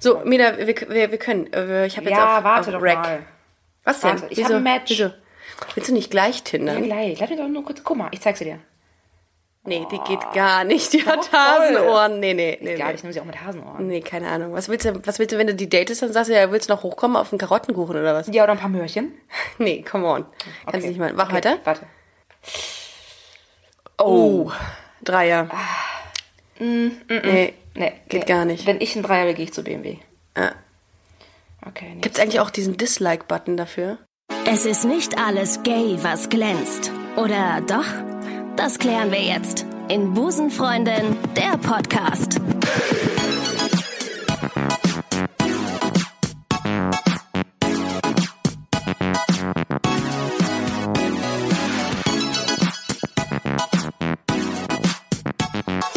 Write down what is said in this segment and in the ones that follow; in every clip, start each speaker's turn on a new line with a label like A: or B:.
A: So, Mina, wir, wir, wir können. äh, Ich habe jetzt
B: Ja,
A: auf,
B: warte
A: auf
B: doch
A: Rack.
B: mal.
A: Was denn?
B: Warte, ich hab ein Match.
A: Wieso? Willst du nicht gleich
B: Ja,
A: tindern?
B: gleich. Lass mich doch nur kurz. Guck mal, ich zeig sie dir.
A: nee, die geht gar nicht. Die hat
B: voll.
A: Hasenohren. Nee, nee, nee.
B: Egal,
A: nee.
B: ich nehme sie auch mit Hasenohren.
A: Nee, keine Ahnung. Was willst du, was willst du, wenn du die datest, dann sagst du ja, willst du noch hochkommen auf einen Karottenkuchen oder was?
B: Ja, oder ein paar Möhrchen.
A: Nee, come on. Kannst
B: Okay.
A: du nicht mal. Mach
B: Okay,
A: weiter.
B: Warte.
A: Oh. Dreier.
B: Ah. Mm,
A: Nee.
B: Nee,
A: Geht
B: nee.
A: gar nicht.
B: Wenn ich ein Dreier will, gehe ich zu BMW.
A: Ah.
B: Okay, nee.
A: Gibt's eigentlich auch diesen Dislike-Button dafür?
C: Es ist nicht alles gay, was glänzt. Oder doch? Das klären wir jetzt in Busenfreundin, der Podcast.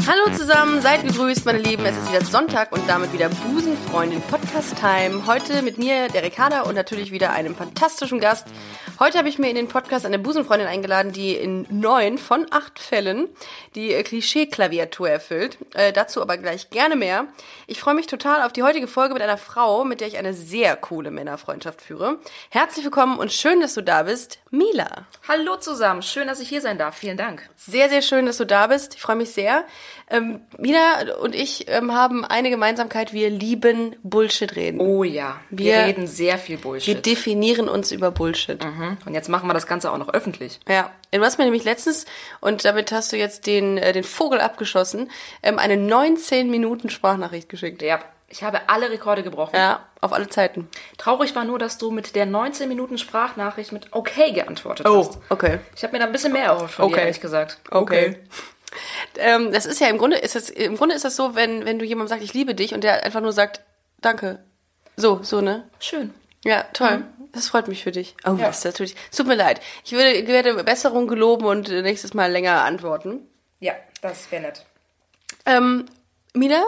A: Hallo zusammen, seid gegrüßt, meine Lieben. Es ist wieder Sonntag und damit wieder Busenfreundin Podcast Time. Heute mit mir, der Ricarda und natürlich wieder einem fantastischen Gast. Heute habe ich mir in den Podcast eine Busenfreundin eingeladen, die in neun von acht Fällen die äh, Klischee-Klaviatur erfüllt. Äh, dazu aber gleich gerne mehr. Ich freue mich total auf die heutige Folge mit einer Frau, mit der ich eine sehr coole Männerfreundschaft führe. Herzlich willkommen und schön, dass du da bist, Mila.
B: Hallo zusammen, schön, dass ich hier sein darf. Vielen Dank.
A: Sehr, sehr schön, dass du da bist. Ich freue mich sehr. Ähm, Mina und ich ähm, haben eine Gemeinsamkeit. Wir lieben Bullshit-Reden.
B: Oh ja, wir,
A: Wir-
B: reden sehr viel
A: wir
B: Bullshit.
A: definieren uns über Bullshit.
B: Mhm. Und jetzt machen wir das Ganze auch noch öffentlich.
A: Ja. Du hast mir nämlich letztens, und damit hast du jetzt den, äh, den Vogel abgeschossen, ähm, eine 19 Minuten Sprachnachricht geschickt.
B: Ja, ich habe alle Rekorde gebrochen.
A: Ja, auf alle Zeiten.
B: Traurig war nur, dass du mit der 19 Minuten Sprachnachricht mit okay geantwortet hast.
A: okay.
B: Ich habe mir da ein bisschen mehr erhofft von dir,
A: Oh. Okay.
B: ehrlich gesagt.
A: Okay. Ähm, das ist ja im Grunde ist das, im Grunde ist das so, wenn, wenn du jemandem sagst, ich liebe dich und der einfach nur sagt, danke. So, so, ne?
B: Schön.
A: Ja, toll. Das freut mich für dich. Oh, das ist natürlich. Es tut mir leid. Ich würde, werde Besserung geloben und äh, nächstes Mal länger antworten.
B: Ja, das wäre nett.
A: Ähm, Mila,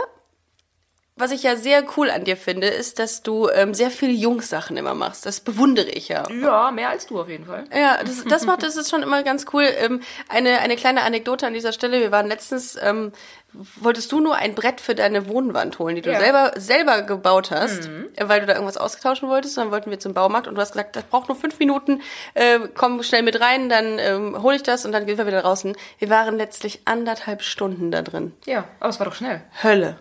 A: was ich ja sehr cool an dir finde, ist, dass du ähm, sehr viele Jungssachen immer machst. Das bewundere ich ja.
B: Ja, mehr als du auf jeden Fall.
A: Ja, das, das macht das ist schon immer ganz cool. Ähm, eine, eine kleine Anekdote an dieser Stelle. Wir waren letztens, ähm, wolltest du nur ein Brett für deine Wohnwand holen, die du
B: Ja.
A: selber, selber gebaut hast, äh, weil du da irgendwas ausgetauschen wolltest. Dann wollten wir zum Baumarkt und du hast gesagt, das braucht nur fünf Minuten, äh, komm schnell mit rein, dann ähm, hole ich das und dann gehen wir wieder draußen. Wir waren letztlich anderthalb Stunden da drin.
B: Ja, aber es war doch schnell.
A: Hölle.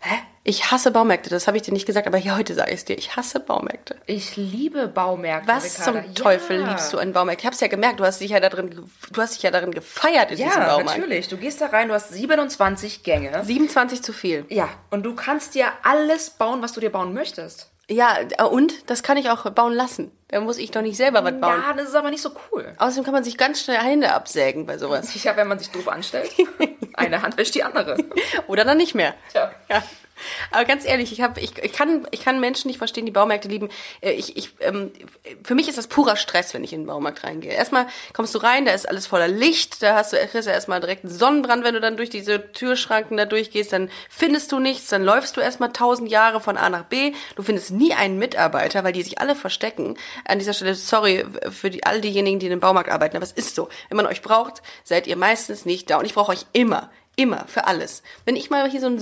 B: Hä?
A: Ich hasse Baumärkte, das habe ich dir nicht gesagt, aber hier heute sage ich es dir. Ich hasse Baumärkte.
B: Ich liebe Baumärkte.
A: Was
B: Ricarda.
A: zum Teufel
B: ja.
A: liebst du an Baumarkt? Ich hab's ja gemerkt, du hast dich ja darin, ge- du hast dich ja darin gefeiert in diesem
B: Ja,
A: Baumarkt.
B: natürlich. Du gehst da rein, du hast 27 Gänge.
A: 27 zu viel.
B: Ja, und du kannst dir alles bauen, was du dir bauen möchtest.
A: Ja, äh, und das kann ich auch bauen lassen. Da muss ich doch nicht selber was bauen.
B: Ja, das ist aber nicht so cool.
A: Außerdem kann man sich ganz schnell Hände absägen bei sowas.
B: Ja, wenn man sich doof anstellt, eine Hand wäscht die andere.
A: Oder dann nicht mehr.
B: Tja.
A: Ja. Aber ganz ehrlich, ich, hab, ich, ich, kann, ich kann Menschen nicht verstehen, die Baumärkte lieben. Äh, Ich, ich, ähm, für mich ist das purer Stress, wenn ich in den Baumarkt reingehe. Erstmal kommst du rein, da ist alles voller Licht, da hast du kriegst du erstmal direkt einen Sonnenbrand, wenn du dann durch diese Türschranken da durchgehst, dann findest du nichts, dann läufst du erstmal tausend Jahre von A nach B, du findest nie einen Mitarbeiter, weil die sich alle verstecken. An dieser Stelle, sorry für die, all diejenigen, die in den Baumarkt arbeiten, aber es ist so. Wenn man euch braucht, seid ihr meistens nicht da und ich brauche euch immer. Immer, für alles. Wenn ich mal hier so einen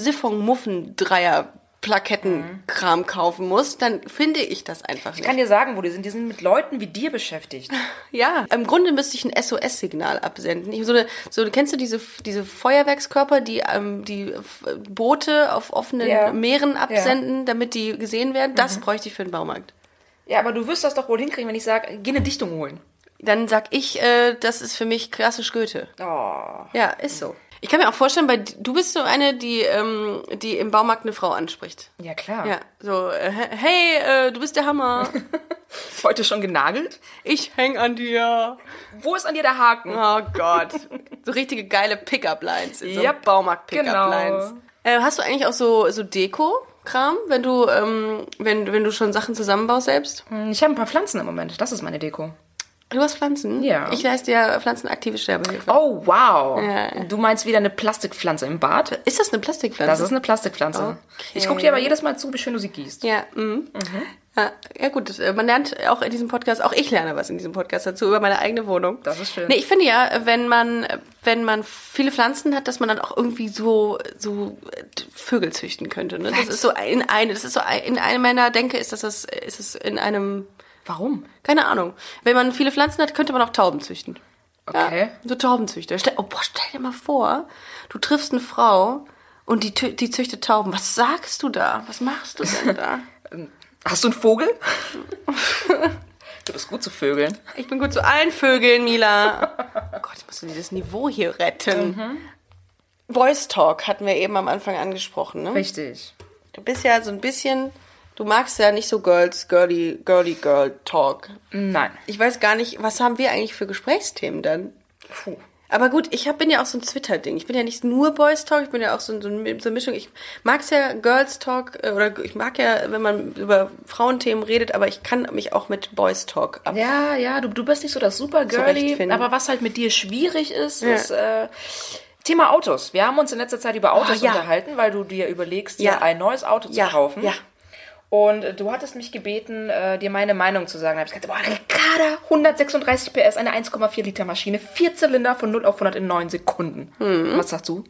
A: Siphon-Muffen-Dreier-Plakettenkram kaufen muss, dann finde ich das einfach
B: Mhm. Ich kann
A: nicht.
B: dir sagen, wo die sind. Die sind mit Leuten wie dir beschäftigt.
A: Ja, im Grunde müsste ich ein SOS-Signal absenden. Ich, so eine, so, kennst du diese, diese Feuerwerkskörper, die ähm, die F- Boote auf offenen
B: Ja. Mhm.
A: Meeren absenden, damit die gesehen werden? Das bräuchte ich für den Baumarkt.
B: Ja, aber du wirst das doch wohl hinkriegen, wenn ich sage, geh eine Dichtung holen.
A: Dann sag ich, äh, das ist für mich klassisch Goethe.
B: Oh.
A: Ja, ist so. Ich kann mir auch vorstellen, bei, du bist so eine, die, ähm, die im Baumarkt eine Frau anspricht.
B: Ja, klar.
A: Ja, so, äh, hey, äh, du bist der Hammer.
B: Heute schon genagelt?
A: Ich häng an dir.
B: Wo ist an dir der Haken?
A: Oh Gott. So richtige geile Pickup-Lines. in So
B: Yep,
A: Baumarkt-Pickup-Lines.
B: genau.
A: Äh, hast du eigentlich auch so, so Deko-Kram, wenn du, ähm, wenn, wenn du schon Sachen zusammenbaust selbst?
B: Hm. Ich habe ein paar Pflanzen im Moment. Das ist meine Deko.
A: Du hast Pflanzen?
B: Ja.
A: Ich leiste ja pflanzenaktive Sterbehilfe.
B: Oh, wow.
A: Ja.
B: Du meinst wieder eine Plastikpflanze im Bad?
A: Ist das eine Plastikpflanze?
B: Das ist eine Plastikpflanze.
A: Okay.
B: Ich gucke dir aber jedes Mal zu, wie schön du sie gießt.
A: Ja, mhm. ja, ja gut, das, äh, man lernt auch in diesem Podcast, auch ich lerne was in diesem Podcast dazu über meine eigene Wohnung.
B: Das ist schön.
A: Nee, ich finde ja, wenn man äh, wenn man viele Pflanzen hat, dass man dann auch irgendwie so so äh, Vögel züchten könnte. Ne? Das ist so in eine, das ist so ein- in einem meiner Denke ist, dass das ist es in einem
B: Warum?
A: keine Ahnung. Wenn man viele Pflanzen hat, könnte man auch Tauben züchten.
B: Okay.
A: Ja, so Taubenzüchter. Stell, oh, boah, stell dir mal vor, du triffst eine Frau und die, tü- die züchtet Tauben. Was sagst du da? Was machst du denn da?
B: Hast du einen Vogel? du bist gut zu Vögeln.
A: Ich bin gut zu allen Vögeln, Mila. Oh Gott, ich muss so dieses Niveau hier retten. Mhm. Voice Talk hatten wir eben am Anfang angesprochen, ne?
B: Richtig.
A: Du bist ja so ein bisschen, du magst ja nicht so Girls, Girly, Girly Girl Talk.
B: Nein.
A: Ich weiß gar nicht, was haben wir eigentlich für Gesprächsthemen dann?
B: Puh.
A: Aber gut, ich hab, bin ja auch so ein Twitter-Ding. Ich bin ja nicht nur Boys Talk, ich bin ja auch so, ein- so, ein- so eine Mischung. Ich mag's ja Girls Talk äh, oder ich mag ja, wenn man über Frauenthemen redet, aber ich kann mich auch mit Boys Talk ab.
B: Ja, ja, du, du bist nicht so das super Girly,
A: Zurechtfinden.
B: aber was halt mit dir schwierig ist, ist äh, Thema Autos. Wir haben uns in letzter Zeit über Autos
A: ja.
B: unterhalten, weil du dir überlegst,
A: Ja.
B: dir ein neues Auto
A: Ja,
B: zu kaufen.
A: ja.
B: Und äh, du hattest mich gebeten, äh, dir meine Meinung zu sagen. Da hab ich gesagt, boah, Ricarda, 136 PS, eine 1,4 Liter Maschine, vier Zylinder von 0 auf 100 in 9 Sekunden. Was sagst du?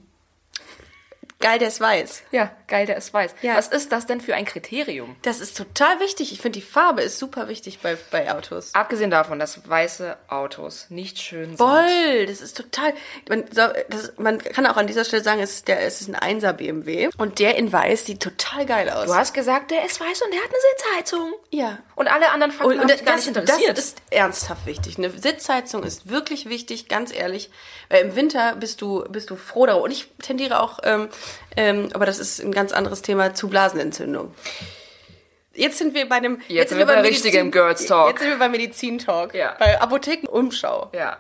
A: Geil, der es weiß.
B: Ja, geil, der es weiß.
A: Ja.
B: Was ist das denn für ein Kriterium?
A: Das ist total wichtig. Ich finde, die Farbe ist super wichtig bei, bei Autos.
B: Abgesehen davon, dass weiße Autos nicht schön sind.
A: Voll, das ist total. Man, so, das, man kann auch an dieser Stelle sagen, es ist, der, es ist ein 1er BMW und der in weiß sieht total geil aus.
B: Du hast gesagt, der ist weiß und der hat eine Sitzheizung.
A: Ja.
B: Und alle anderen Fakten
A: Und,
B: haben
A: und
B: dich
A: das,
B: gar nicht
A: das, das
B: interessiert.
A: ist ernsthaft wichtig. Eine Sitzheizung ist wirklich wichtig, ganz ehrlich. Weil im Winter bist du, bist du froh darüber. Und ich tendiere auch, ähm, ähm, aber das ist ein ganz anderes Thema, zu Blasenentzündung. Jetzt sind wir bei einem. Jetzt,
B: sind wir bei
A: Medizin-
B: richtigem Girls Talk.
A: Jetzt sind wir bei Medizin-Talk.
B: Ja.
A: Bei Apotheken-Umschau.
B: ja.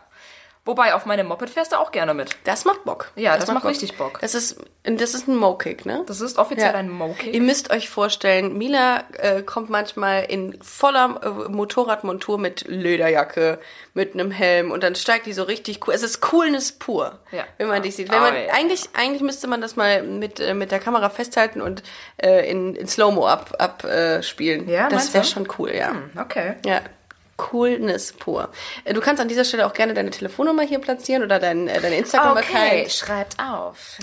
B: Wobei, auf meinem Moped fährst du auch gerne mit.
A: Das macht Bock.
B: Ja, das macht richtig Bock.
A: Das ist, das ist ein Mo-Kick, ne?
B: Das ist offiziell
A: Ja.
B: ein Moped.
A: Ihr müsst euch vorstellen, Mila äh, kommt manchmal in voller äh, Motorradmontur mit Lederjacke, mit einem Helm und dann steigt die so richtig cool. Es ist Coolness pur,
B: Ja.
A: wenn man dich sieht. Wenn man,
B: Oh, ja.
A: eigentlich, eigentlich müsste man das mal mit, äh, mit der Kamera festhalten und äh, in, in Slow-Mo abspielen. Ab, äh, spielen.
B: Ja,
A: das
B: meinst
A: wäre
B: du? Hm.
A: schon cool, ja.
B: Okay.
A: Ja. Coolness pur. Äh, Du kannst an dieser Stelle auch gerne deine Telefonnummer hier platzieren oder dein, äh, deine Instagram-Account.
B: Okay, schreibt auf.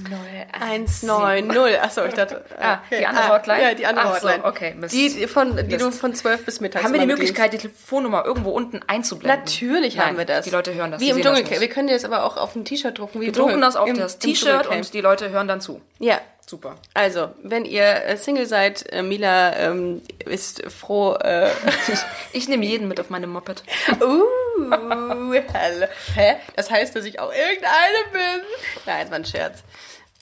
B: 019.
A: 190. Achso, ich dachte.
B: Ah,
A: okay.
B: die andere Hotline?
A: Ja, die andere
B: Ach so,
A: Hotline.
B: okay, Mist.
A: Die, von, die
B: Mist.
A: du von 12 bis mittags.
B: Haben wir die
A: immer bedienst.
B: Möglichkeit, die Telefonnummer irgendwo unten einzublenden?
A: Natürlich
B: Nein,
A: haben wir das.
B: Die Leute hören das.
A: Wie
B: die
A: im
B: sehen das
A: Dschungelcamp.
B: nicht.
A: Wir können dir das aber auch auf ein T-Shirt drucken.
B: Wir drucken das auf das T-Shirt und die Leute hören dann zu.
A: Ja.
B: Super.
A: Also, wenn ihr äh, Single seid, äh, Mila ähm, ist froh. Äh,
B: Ich nehme jeden mit auf meinem Moped.
A: uh, hello. Hä? Das heißt, dass ich auch irgendeine bin. Nein, das war ein Scherz.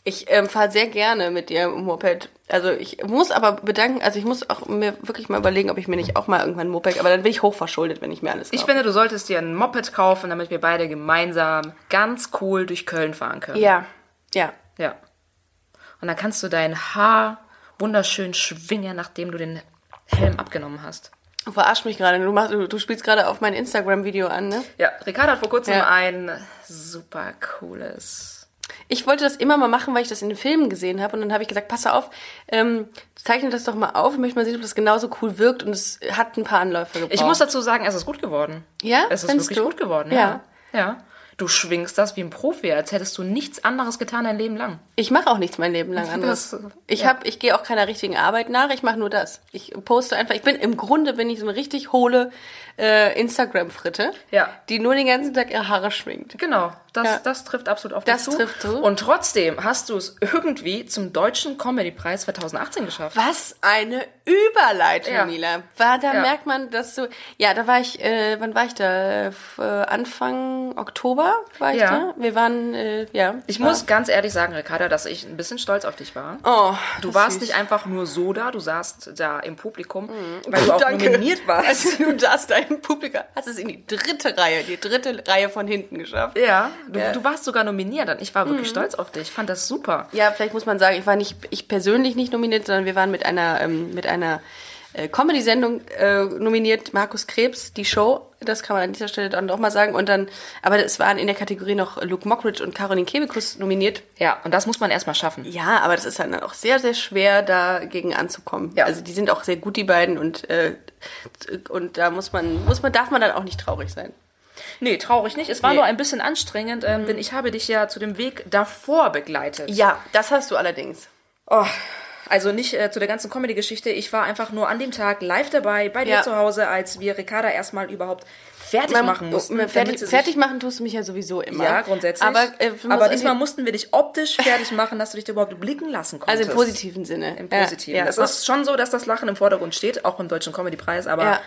A: Ich ähm, fahre sehr gerne mit dir im Moped. Also ich muss aber bedanken, also ich muss auch mir wirklich mal überlegen, ob ich mir nicht auch mal irgendwann ein Moped, aber dann bin ich hochverschuldet, wenn ich mir alles kaufe.
B: Ich finde, du solltest dir ein Moped kaufen, damit wir beide gemeinsam ganz cool durch Köln fahren können.
A: ja, ja.
B: Ja. Und dann kannst du dein Haar wunderschön schwingen, nachdem du den Helm abgenommen hast.
A: Du verarsch mich gerade. Du, machst, du, du spielst gerade auf mein Instagram-Video an, ne?
B: Ja, Ricardo hat vor kurzem
A: Ja.
B: ein super cooles.
A: Ich wollte das immer mal machen, weil ich das in den Filmen gesehen habe. Und dann habe ich gesagt, pass auf, ähm, zeichne das doch mal auf. Ich möchte mal sehen, ob das genauso cool wirkt. Und es hat ein paar Anläufe gebraucht.
B: Ich muss dazu sagen, es ist gut geworden.
A: Ja?
B: Es ist
A: Findest
B: wirklich
A: du?
B: gut geworden. Ja. ja. Du schwingst das wie ein Profi, als hättest du nichts anderes getan dein Leben lang.
A: Ich mache auch nichts mein Leben lang anderes.
B: Das-
A: Ich hab, ich gehe auch keiner richtigen Arbeit nach. Ich mache nur das. Ich poste einfach. Ich bin im Grunde bin ich so eine richtig hohle äh, Instagram-Fritte,
B: Ja.
A: die nur den ganzen Tag ihre Haare schwingt.
B: Genau, das,
A: Ja.
B: das trifft absolut auf
A: Das
B: dich zu.
A: trifft zu.
B: Und trotzdem hast du es irgendwie zum deutschen Comedy-Preis 2018 geschafft.
A: Was eine Überleitung,
B: Ja.
A: Mila. War, da
B: Ja.
A: merkt man, dass du. Ja, da war ich, äh, wann war ich da? F- Äh, Anfang Oktober war ich
B: Ja.
A: da. Wir waren, äh, ja.
B: Ich
A: war-
B: muss ganz ehrlich sagen, Ricarda, dass ich ein bisschen stolz auf dich war.
A: Oh,
B: Du
A: das
B: warst
A: ist süß.
B: nicht einfach nur so da, du saßt da im Publikum, weil du auch
A: Mhm. Danke.
B: nominiert warst.
A: Also du darfst dein Publikum, hast es in die dritte Reihe, die dritte Reihe von hinten geschafft.
B: Ja, du, du warst sogar nominiert und ich war
A: Mhm.
B: wirklich stolz auf dich. Ich fand das super.
A: Ja, vielleicht muss man sagen, ich war nicht, ich persönlich nicht nominiert, sondern wir waren mit einer, ähm, mit einer äh, Comedy-Sendung äh, nominiert, Markus Krebs, die Show. Das kann man an dieser Stelle dann doch mal sagen. Und dann, aber es waren in der Kategorie noch Luke Mockridge und Caroline Kebekus nominiert.
B: Ja, und das muss man erstmal schaffen.
A: Ja, aber das ist dann auch sehr, sehr schwer, dagegen anzukommen.
B: Ja.
A: Also die sind auch sehr gut, die beiden, und, äh, und da muss man, muss man, darf man dann auch nicht traurig sein.
B: Nee, traurig nicht. Es war
A: Nee. Mhm.
B: nur ein bisschen anstrengend, ähm, denn ich habe dich ja zu dem Weg davor begleitet.
A: Ja, das hast du allerdings.
B: Oh, also nicht äh, zu der ganzen Comedy-Geschichte. Ich war einfach nur an dem Tag live dabei, bei dir
A: Ja.
B: zu Hause, als wir Ricarda erstmal überhaupt fertig machen mussten. damit
A: fertig,
B: sie sich-
A: fertig machen tust du mich ja sowieso immer.
B: Ja, grundsätzlich.
A: Aber, äh,
B: Aber
A: muss-
B: diesmal mussten wir dich optisch fertig machen, dass du dich da überhaupt blicken lassen konntest.
A: Also im positiven Sinne.
B: Im Positiven.
A: Ja, ja.
B: das ist schon so, dass das Lachen im Vordergrund steht, auch beim Deutschen Comedy-Preis, aber
A: Ja.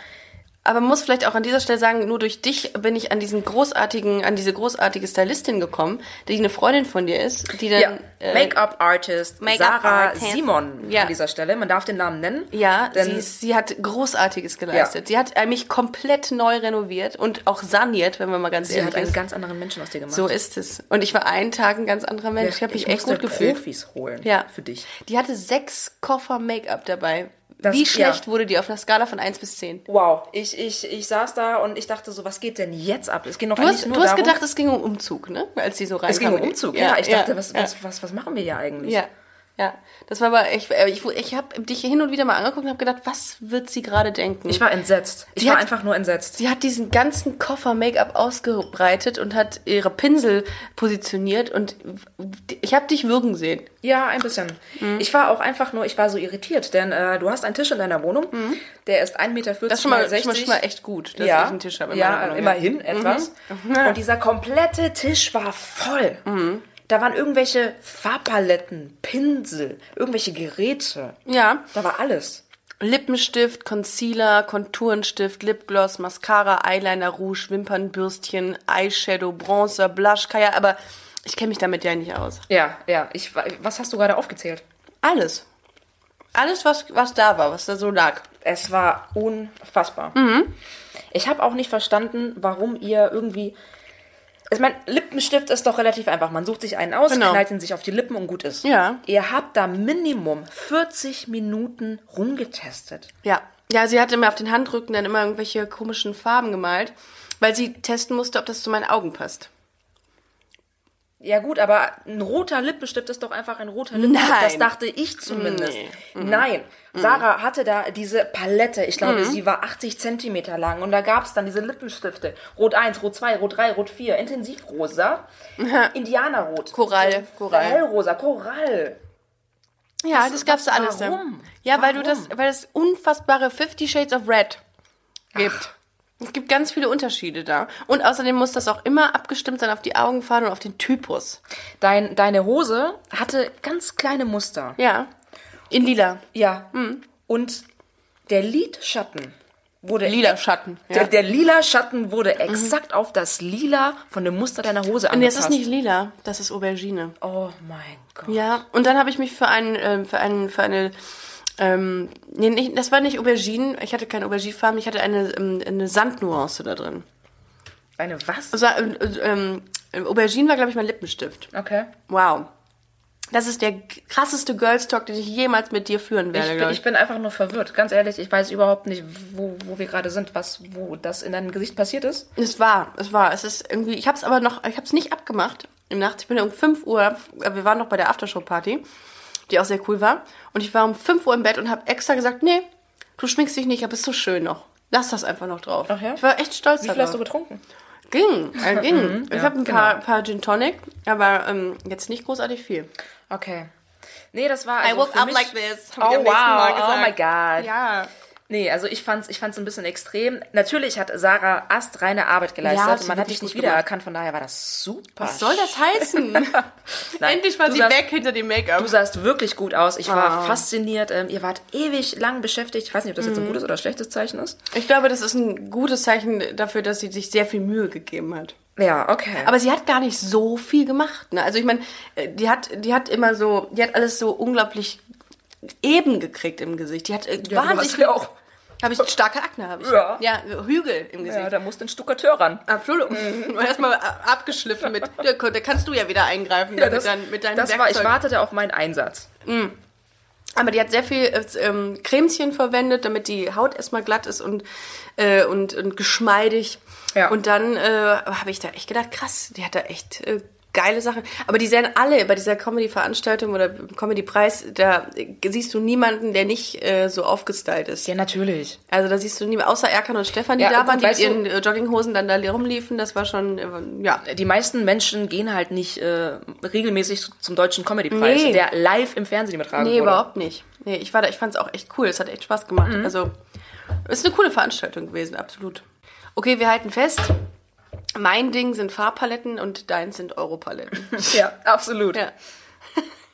A: Aber man muss vielleicht auch an dieser Stelle sagen, nur durch dich bin ich an diesen großartigen, an diese großartige Stylistin gekommen, die eine Freundin von dir ist, die dann
B: Ja,
A: äh,
B: Make-up-Artist
A: Make-up
B: Sarah
A: Artist.
B: Simon
A: Ja.
B: an dieser Stelle. Man darf den Namen nennen.
A: ja,
B: denn
A: sie, ist, sie hat Großartiges geleistet. Sie hat äh, mich komplett neu renoviert und auch saniert, wenn man mal ganz
B: sie
A: ehrlich
B: hat einen
A: ist.
B: ganz anderen Menschen aus dir gemacht.
A: So ist es. Und ich war einen Tag ein ganz anderer Mensch. ich habe mich echt
B: musste
A: gut gefühlt.
B: Profis holen
A: Ja.
B: für dich.
A: Die hatte sechs Koffer Make-up dabei.
B: Das-
A: Wie schlecht
B: ja.
A: wurde die auf einer Skala von 1 bis 10?
B: Wow, ich, ich, ich saß da und ich dachte so, was geht denn jetzt ab? Es ging noch
A: Du hast,
B: eigentlich
A: du
B: nur
A: hast
B: darum,
A: gedacht, es ging um Umzug, ne? Als die so reinkam.
B: es ging um
A: in die-
B: Umzug. Ja, ich dachte, was,
A: ja.
B: was, was, was machen wir hier eigentlich?
A: Ja, ja. Das war aber, ich, äh, ich, ich habe dich hin und wieder mal angeguckt und habe gedacht, was wird sie gerade denken?
B: Ich war entsetzt. Ich
A: Die
B: war
A: hat-
B: einfach nur entsetzt.
A: sie hat diesen ganzen Koffer Make-up ausgebreitet und hat ihre Pinsel positioniert und ich habe dich würgen sehen.
B: Ja, ein bisschen.
A: Mhm.
B: Ich war auch einfach nur, ich war so irritiert, denn äh, du hast einen Tisch in deiner Wohnung, der ist 1,40 Meter.
A: Mhm. Das ist schon mal, schon mal, schon mal echt gut, dass ich einen Tisch habe. in meiner
B: ja,
A: Wohnung. Mhm.
B: immerhin etwas. Und dieser komplette Tisch war voll. Da waren irgendwelche Farbpaletten, Pinsel, irgendwelche Geräte.
A: Ja.
B: Da war alles.
A: Lippenstift, Concealer, Konturenstift, Lipgloss, Mascara, Eyeliner, Rouge, Wimpernbürstchen, Eyeshadow, Bronzer, Blush, Kaya, aber ich kenne mich damit ja nicht aus.
B: Ja, ja. Ich, wa- was hast du gerade aufgezählt?
A: Alles. Alles, was, was da war, was da so lag.
B: Es war unfassbar.
A: Mhm.
B: Ich habe auch nicht verstanden, warum ihr irgendwie. Ich meine, Lippenstift ist doch relativ einfach. Man sucht sich einen aus,
A: Genau.
B: knallt ihn sich auf die Lippen und gut ist.
A: Ja.
B: Ihr habt da Minimum 40 Minuten rumgetestet.
A: Ja. Ja, sie hatte mir auf den Handrücken dann immer irgendwelche komischen Farben gemalt, weil sie testen musste, ob das zu meinen Augen passt.
B: Ja gut, aber ein roter Lippenstift ist doch einfach ein roter Lippenstift.
A: Nein. Mhm.
B: Das dachte ich zumindest. Nein, Sarah hatte da diese Palette. Ich glaube, sie war 80 Zentimeter lang. Und da gab es dann diese Lippenstifte. Rot 1, Rot 2, Rot 3, Rot 4. Intensivrosa, Indianerrot.
A: Korall, Korall.
B: Hellrosa, Korall.
A: Ja, das, gab's da alles.
B: warum?
A: da. Ja, weil du
B: Warum?
A: das, weil das unfassbare 50 Shades of Red gibt. Es gibt ganz viele Unterschiede da. Und außerdem muss das auch immer abgestimmt sein auf die Augenfarbe und auf den Typus.
B: Dein, deine Hose hatte ganz kleine Muster.
A: Ja. In lila.
B: Ja.
A: Mhm.
B: Und der Lidschatten wurde
A: Lila Schatten. Ja.
B: Der, der lila Schatten wurde exakt auf das Lila von dem Muster deiner Hose
A: Und
B: angepasst.
A: das ist nicht lila, das ist Aubergine.
B: oh mein Gott.
A: Ja, und dann habe ich mich für einen, ähm, für einen, für eine, ähm, nee, nicht, das war nicht Auberginen, ich hatte keine Auberginefarben, ich hatte eine, ähm, eine Sandnuance da drin.
B: Eine was?
A: Also, ähm, ähm, ähm, Aubergine war, glaube ich, mein Lippenstift.
B: Okay.
A: Wow. Das ist der krasseste Girls Talk, den ich jemals mit dir führen
B: Ich,
A: werde,
B: bin-
A: glaub
B: ich bin einfach nur verwirrt. Ganz ehrlich, ich weiß überhaupt nicht, wo, wo wir gerade sind, was, wo das in deinem Gesicht passiert ist.
A: Es war, es war. Es ist irgendwie, ich habe es aber noch, ich habe es nicht abgemacht im Nachts. Ich bin um 5 Uhr, äh, wir waren noch bei der Aftershow-Party, die auch sehr cool war. Und ich war um 5 Uhr im Bett und habe extra gesagt, nee, du schminkst dich nicht, aber bist so schön noch. Lass das einfach noch drauf.
B: Ach ja?
A: Ich war echt stolz
B: Wie viel hast du
A: darauf.
B: getrunken?
A: Ging, äh, ging. ich
B: ja, genau.
A: habe ein paar, paar Gin Tonic, aber ähm, jetzt nicht großartig viel.
B: Okay. Nee, das war. Also
A: I woke
B: für
A: up
B: mich,
A: like this,
B: Oh
A: hab ich am
B: wow.
A: nächsten Mal
B: Oh
A: gesagt.
B: my God.
A: Ja.
B: Nee, also ich fand's, ich fand's ein bisschen extrem. Natürlich hat Sarah astreine Arbeit geleistet.
A: Ja, hat sie
B: Man hat
A: wirklich
B: dich nicht
A: gut gemacht.
B: wiedererkannt, von daher war das super.
A: Was soll das heißen?
B: Nein,
A: Endlich war
B: du
A: sie
B: sagst-
A: weg hinter dem Make-up.
B: Du sahst wirklich gut aus. Ich war
A: Ah.
B: fasziniert. Ähm, ihr wart ewig lang beschäftigt. Ich weiß nicht, ob das
A: Mhm.
B: jetzt ein gutes oder schlechtes Zeichen ist.
A: Ich glaube, das ist ein gutes Zeichen dafür, dass sie sich sehr viel Mühe gegeben hat.
B: Ja, okay.
A: Aber sie hat gar nicht so viel gemacht. Ne? Also ich meine, äh, die hat, die hat immer so, die hat alles so unglaublich eben gekriegt im Gesicht. Die hat äh,
B: ja, du
A: wahnsinnig
B: hast ja auch.
A: Habe ich starke Akne, habe ich.
B: Ja.
A: ja, Mhm. Hügel im Gesicht.
B: Ja, da muss den Stuckateur ran.
A: Absolut. Erstmal a- abgeschliffen mit, da kon- da kannst du ja wieder eingreifen
B: Ja,
A: damit dann, mit deinen
B: das war, ich
A: Werkzeugen.
B: wartete auf meinen Einsatz.
A: Aber die hat sehr viel äh, ähm, Cremchen verwendet, damit die Haut erstmal glatt ist und, äh, und, und geschmeidig.
B: Ja.
A: Und dann äh, habe ich da echt gedacht, krass, die hat da echt äh, geile Sachen. Aber die sehen alle bei dieser Comedy-Veranstaltung oder Comedy-Preis, da äh, siehst du niemanden, der nicht äh, so aufgestylt ist.
B: Ja, natürlich.
A: Also da siehst du niemanden, außer Erkan und Stefan, die
B: Ja,
A: da
B: und-
A: waren,
B: und
A: die mit
B: weißt du-
A: ihren äh, Jogginghosen dann da rumliefen. Das war schon, äh, ja.
B: Die meisten Menschen gehen halt nicht äh, regelmäßig zum deutschen Comedy-Preis,
A: Nee.
B: der live im Fernsehen übertragen
A: Nee,
B: wurde. Mhm.
A: überhaupt nicht. Nee, ich war da, ich fand es auch echt cool. Es hat echt Spaß gemacht. Also, ist eine coole Veranstaltung gewesen, absolut. Okay, wir halten fest. Mein Ding sind Farbpaletten und deins sind Europaletten.
B: Ja, absolut.
A: ja.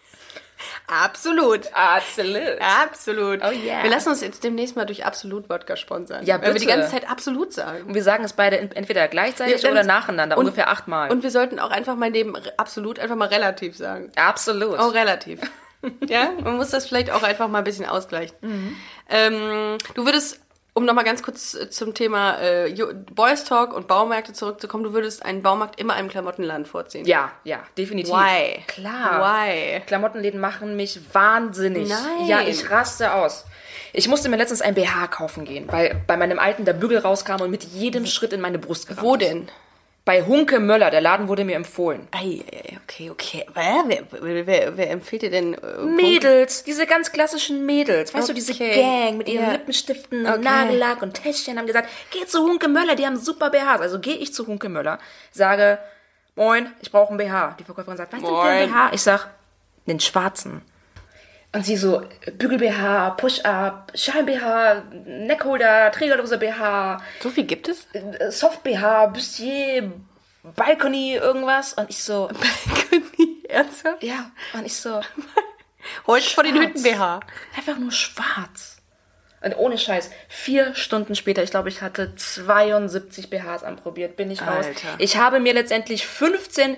A: absolut.
B: Absolut.
A: Absolut.
B: Oh yeah.
A: Wir lassen uns jetzt demnächst mal durch Absolut-Wodka sponsern.
B: Ja,
A: Weil wir die
B: bitte.
A: ganze Zeit absolut sagen.
B: Und wir sagen es beide ent- entweder gleichzeitig
A: Ja,
B: oder
A: und-
B: nacheinander,
A: und-
B: ungefähr achtmal.
A: Und wir sollten auch einfach mal neben Re- absolut einfach mal relativ sagen.
B: Absolut.
A: Oh, relativ. ja, man muss das vielleicht auch einfach mal ein bisschen ausgleichen. Ähm, du würdest, um nochmal ganz kurz äh, zum Thema äh, Ju- Boys Talk und Baumärkte zurückzukommen, du würdest einen Baumarkt immer einem Klamottenland vorziehen.
B: Ja, ja, definitiv.
A: Why?
B: Klar.
A: Why?
B: Klamottenläden machen mich wahnsinnig.
A: Nein.
B: Ja, ich raste aus. Ich musste mir letztens ein BH kaufen gehen, weil bei meinem alten der Bügel rauskam und mit jedem Schritt in meine Brust gerannt.
A: Wo
B: ist.
A: denn?
B: Bei Hunke Möller, der Laden wurde mir empfohlen.
A: Ei, ei, okay, okay. Wer, wer, wer, wer, wer empfiehlt dir denn? äh,
B: Mädels, diese ganz klassischen Mädels, weißt du, diese
A: Okay.
B: Gang mit ihren
A: Ja.
B: Lippenstiften
A: Okay.
B: und Nagellack und Täschchen haben gesagt, geh zu Hunke Möller, die haben super BHs. Also gehe ich zu Hunke Möller, sage, moin, ich brauche ein BH. Die Verkäuferin sagt, was ist denn für ein
A: Moin.
B: BH? Ich sag, den schwarzen. Und sie so, Bügel-BH, Push-Up, Schal-BH, Neckholder, Trägerdose BH,
A: So viel gibt es?
B: äh, Soft-BH, Bustier, Balcony, irgendwas. Und ich so,
A: Ernsthaft?
B: ja, und ich so,
A: Holz vor den
B: Schwarz.
A: Hütten BH.
B: Einfach nur schwarz. Und ohne Scheiß, vier Stunden später, ich glaube, ich hatte 72 BHs anprobiert, bin ich raus.
A: Alter.
B: Ich habe mir letztendlich 15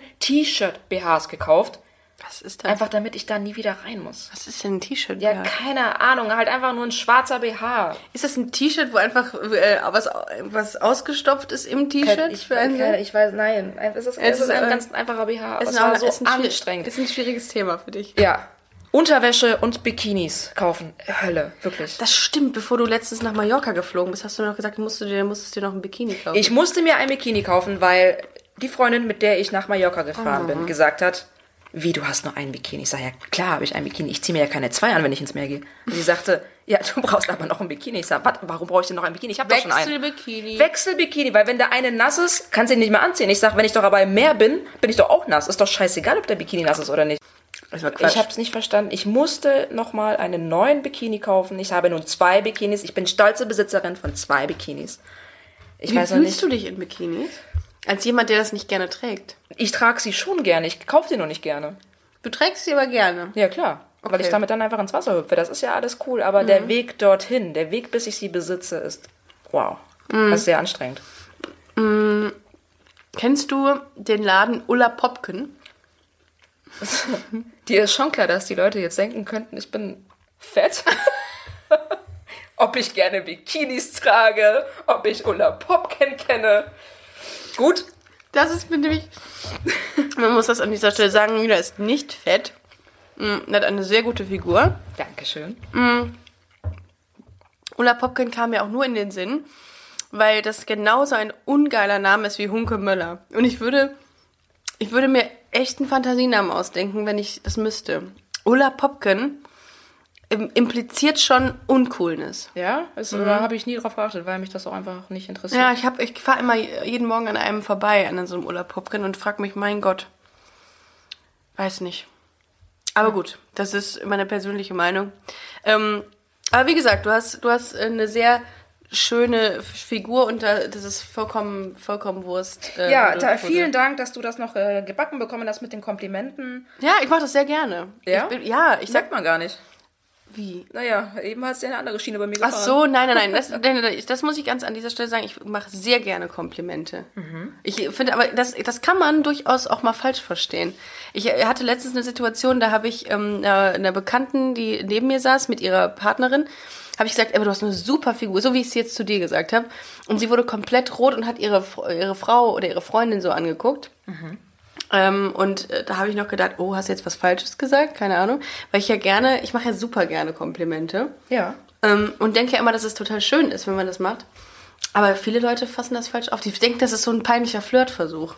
B: T-Shirt-BHs gekauft,
A: Was ist das?
B: einfach damit ich da nie wieder rein muss.
A: Was ist denn ein T-Shirt?
B: Ja, keine Ahnung, halt einfach nur ein schwarzer BH.
A: Ist das ein T-Shirt, wo einfach äh, was, was ausgestopft ist im T-Shirt?
B: Halt, ich,
A: für einen Sinn?
B: keine, ich weiß, nein, es ist, es
A: ist
B: ist ein
A: ein-
B: ganz einfacher BH, aber es
A: auch-
B: war so
A: ist ein schwier-
B: anstrengend.
A: Ist ein schwieriges Thema für dich.
B: Ja, Unterwäsche und Bikinis kaufen, Hölle, wirklich.
A: Das stimmt. Bevor du letztens nach Mallorca geflogen bist, hast du mir noch gesagt, musst du dir, musstest dir noch ein Bikini kaufen.
B: Ich musste mir ein Bikini kaufen, weil die Freundin, mit der ich nach Mallorca gefahren bin, gesagt hat, wie, du hast nur ein Bikini? Ich sage, ja, klar habe ich ein Bikini. Ich ziehe mir ja keine zwei an, wenn ich ins Meer gehe. Und sie sagte, ja, du brauchst aber noch ein Bikini. Ich sage, was, warum brauche ich denn noch ein Bikini? Ich habe doch schon einen.
A: Wechselbikini.
B: Wechselbikini, weil wenn der eine nass ist, kannst du ihn nicht mehr anziehen. Ich sage, wenn ich doch aber im Meer bin, bin ich doch auch nass. Ist doch scheißegal, ob der Bikini nass ist oder nicht.
A: Das war
B: Ich habe es nicht verstanden. Ich musste nochmal einen neuen Bikini kaufen. Ich habe nun zwei Bikinis. Ich bin stolze Besitzerin von zwei Bikinis. Ich
A: Wie
B: weiß noch
A: fühlst
B: nicht.
A: du dich in Bikinis? Als jemand, der das nicht gerne trägt.
B: Ich trage sie schon gerne, ich kaufe sie nur nicht gerne.
A: Du trägst sie aber gerne.
B: Ja, klar. Weil
A: Okay.
B: ich damit dann einfach ins Wasser hüpfe. Das ist ja alles cool, aber der Weg dorthin, der Weg, bis ich sie besitze, ist wow. Das ist sehr anstrengend.
A: Kennst du den Laden Ulla Popken?
B: Dir ist schon klar, dass die Leute jetzt denken könnten, ich bin fett. ob ich gerne Bikinis trage, ob ich Ulla Popken kenne. Gut,
A: Das ist mir nämlich. Man muss das an dieser Stelle sagen, Julia ist nicht fett. Mm, Hat eine sehr gute Figur.
B: Dankeschön.
A: Ulla Popkin kam mir auch nur in den Sinn, weil das genauso ein ungeiler Name ist wie Hunke Möller. Und ich würde, ich würde mir echt einen Fantasienamen ausdenken, wenn ich das müsste. Ulla Popkin im- impliziert schon Uncoolness.
B: Ja, ist, oder habe ich nie drauf geachtet, weil mich das auch einfach nicht interessiert.
A: Ja, ich, hab- ich fahre immer jeden Morgen an einem vorbei, an so einem Ulla Popkin und frage mich, mein Gott, weiß nicht. Aber gut, das ist meine persönliche Meinung. Ähm, aber wie gesagt, du hast, du hast eine sehr schöne Figur und da, das ist vollkommen, vollkommen Wurst. äh,
B: Ja,
A: Nudelpudding.
B: da, vielen Dank, dass du das noch äh, gebacken bekommen hast mit den Komplimenten.
A: Ja, ich mache das sehr gerne.
B: Ja?
A: Ich bin, ja, ich sag,
B: man gar nicht.
A: wie?
B: Naja, eben hast du ja eine andere Schiene bei mir
A: Ach
B: gefahren.
A: so, nein, nein, nein. Das, nein, nein, das muss ich ganz an dieser Stelle sagen. Ich mache sehr gerne Komplimente. Ich finde, aber das, das kann man durchaus auch mal falsch verstehen. Ich äh, hatte letztens eine Situation, da habe ich ähm, einer, einer Bekannten, die neben mir saß mit ihrer Partnerin, habe ich gesagt, aber du hast eine super Figur, so wie ich es jetzt zu dir gesagt habe. Und sie wurde komplett rot und hat ihre, Fr- ihre Frau oder ihre Freundin so angeguckt. Ähm, und äh, da habe ich noch gedacht, oh, hast du jetzt was Falsches gesagt? Keine Ahnung. Weil ich ja gerne, ich mache ja super gerne Komplimente.
B: Ja.
A: Ähm, und denke ja immer, dass es total schön ist, wenn man das macht. Aber viele Leute fassen das falsch auf. Die denken, das ist so ein peinlicher Flirtversuch.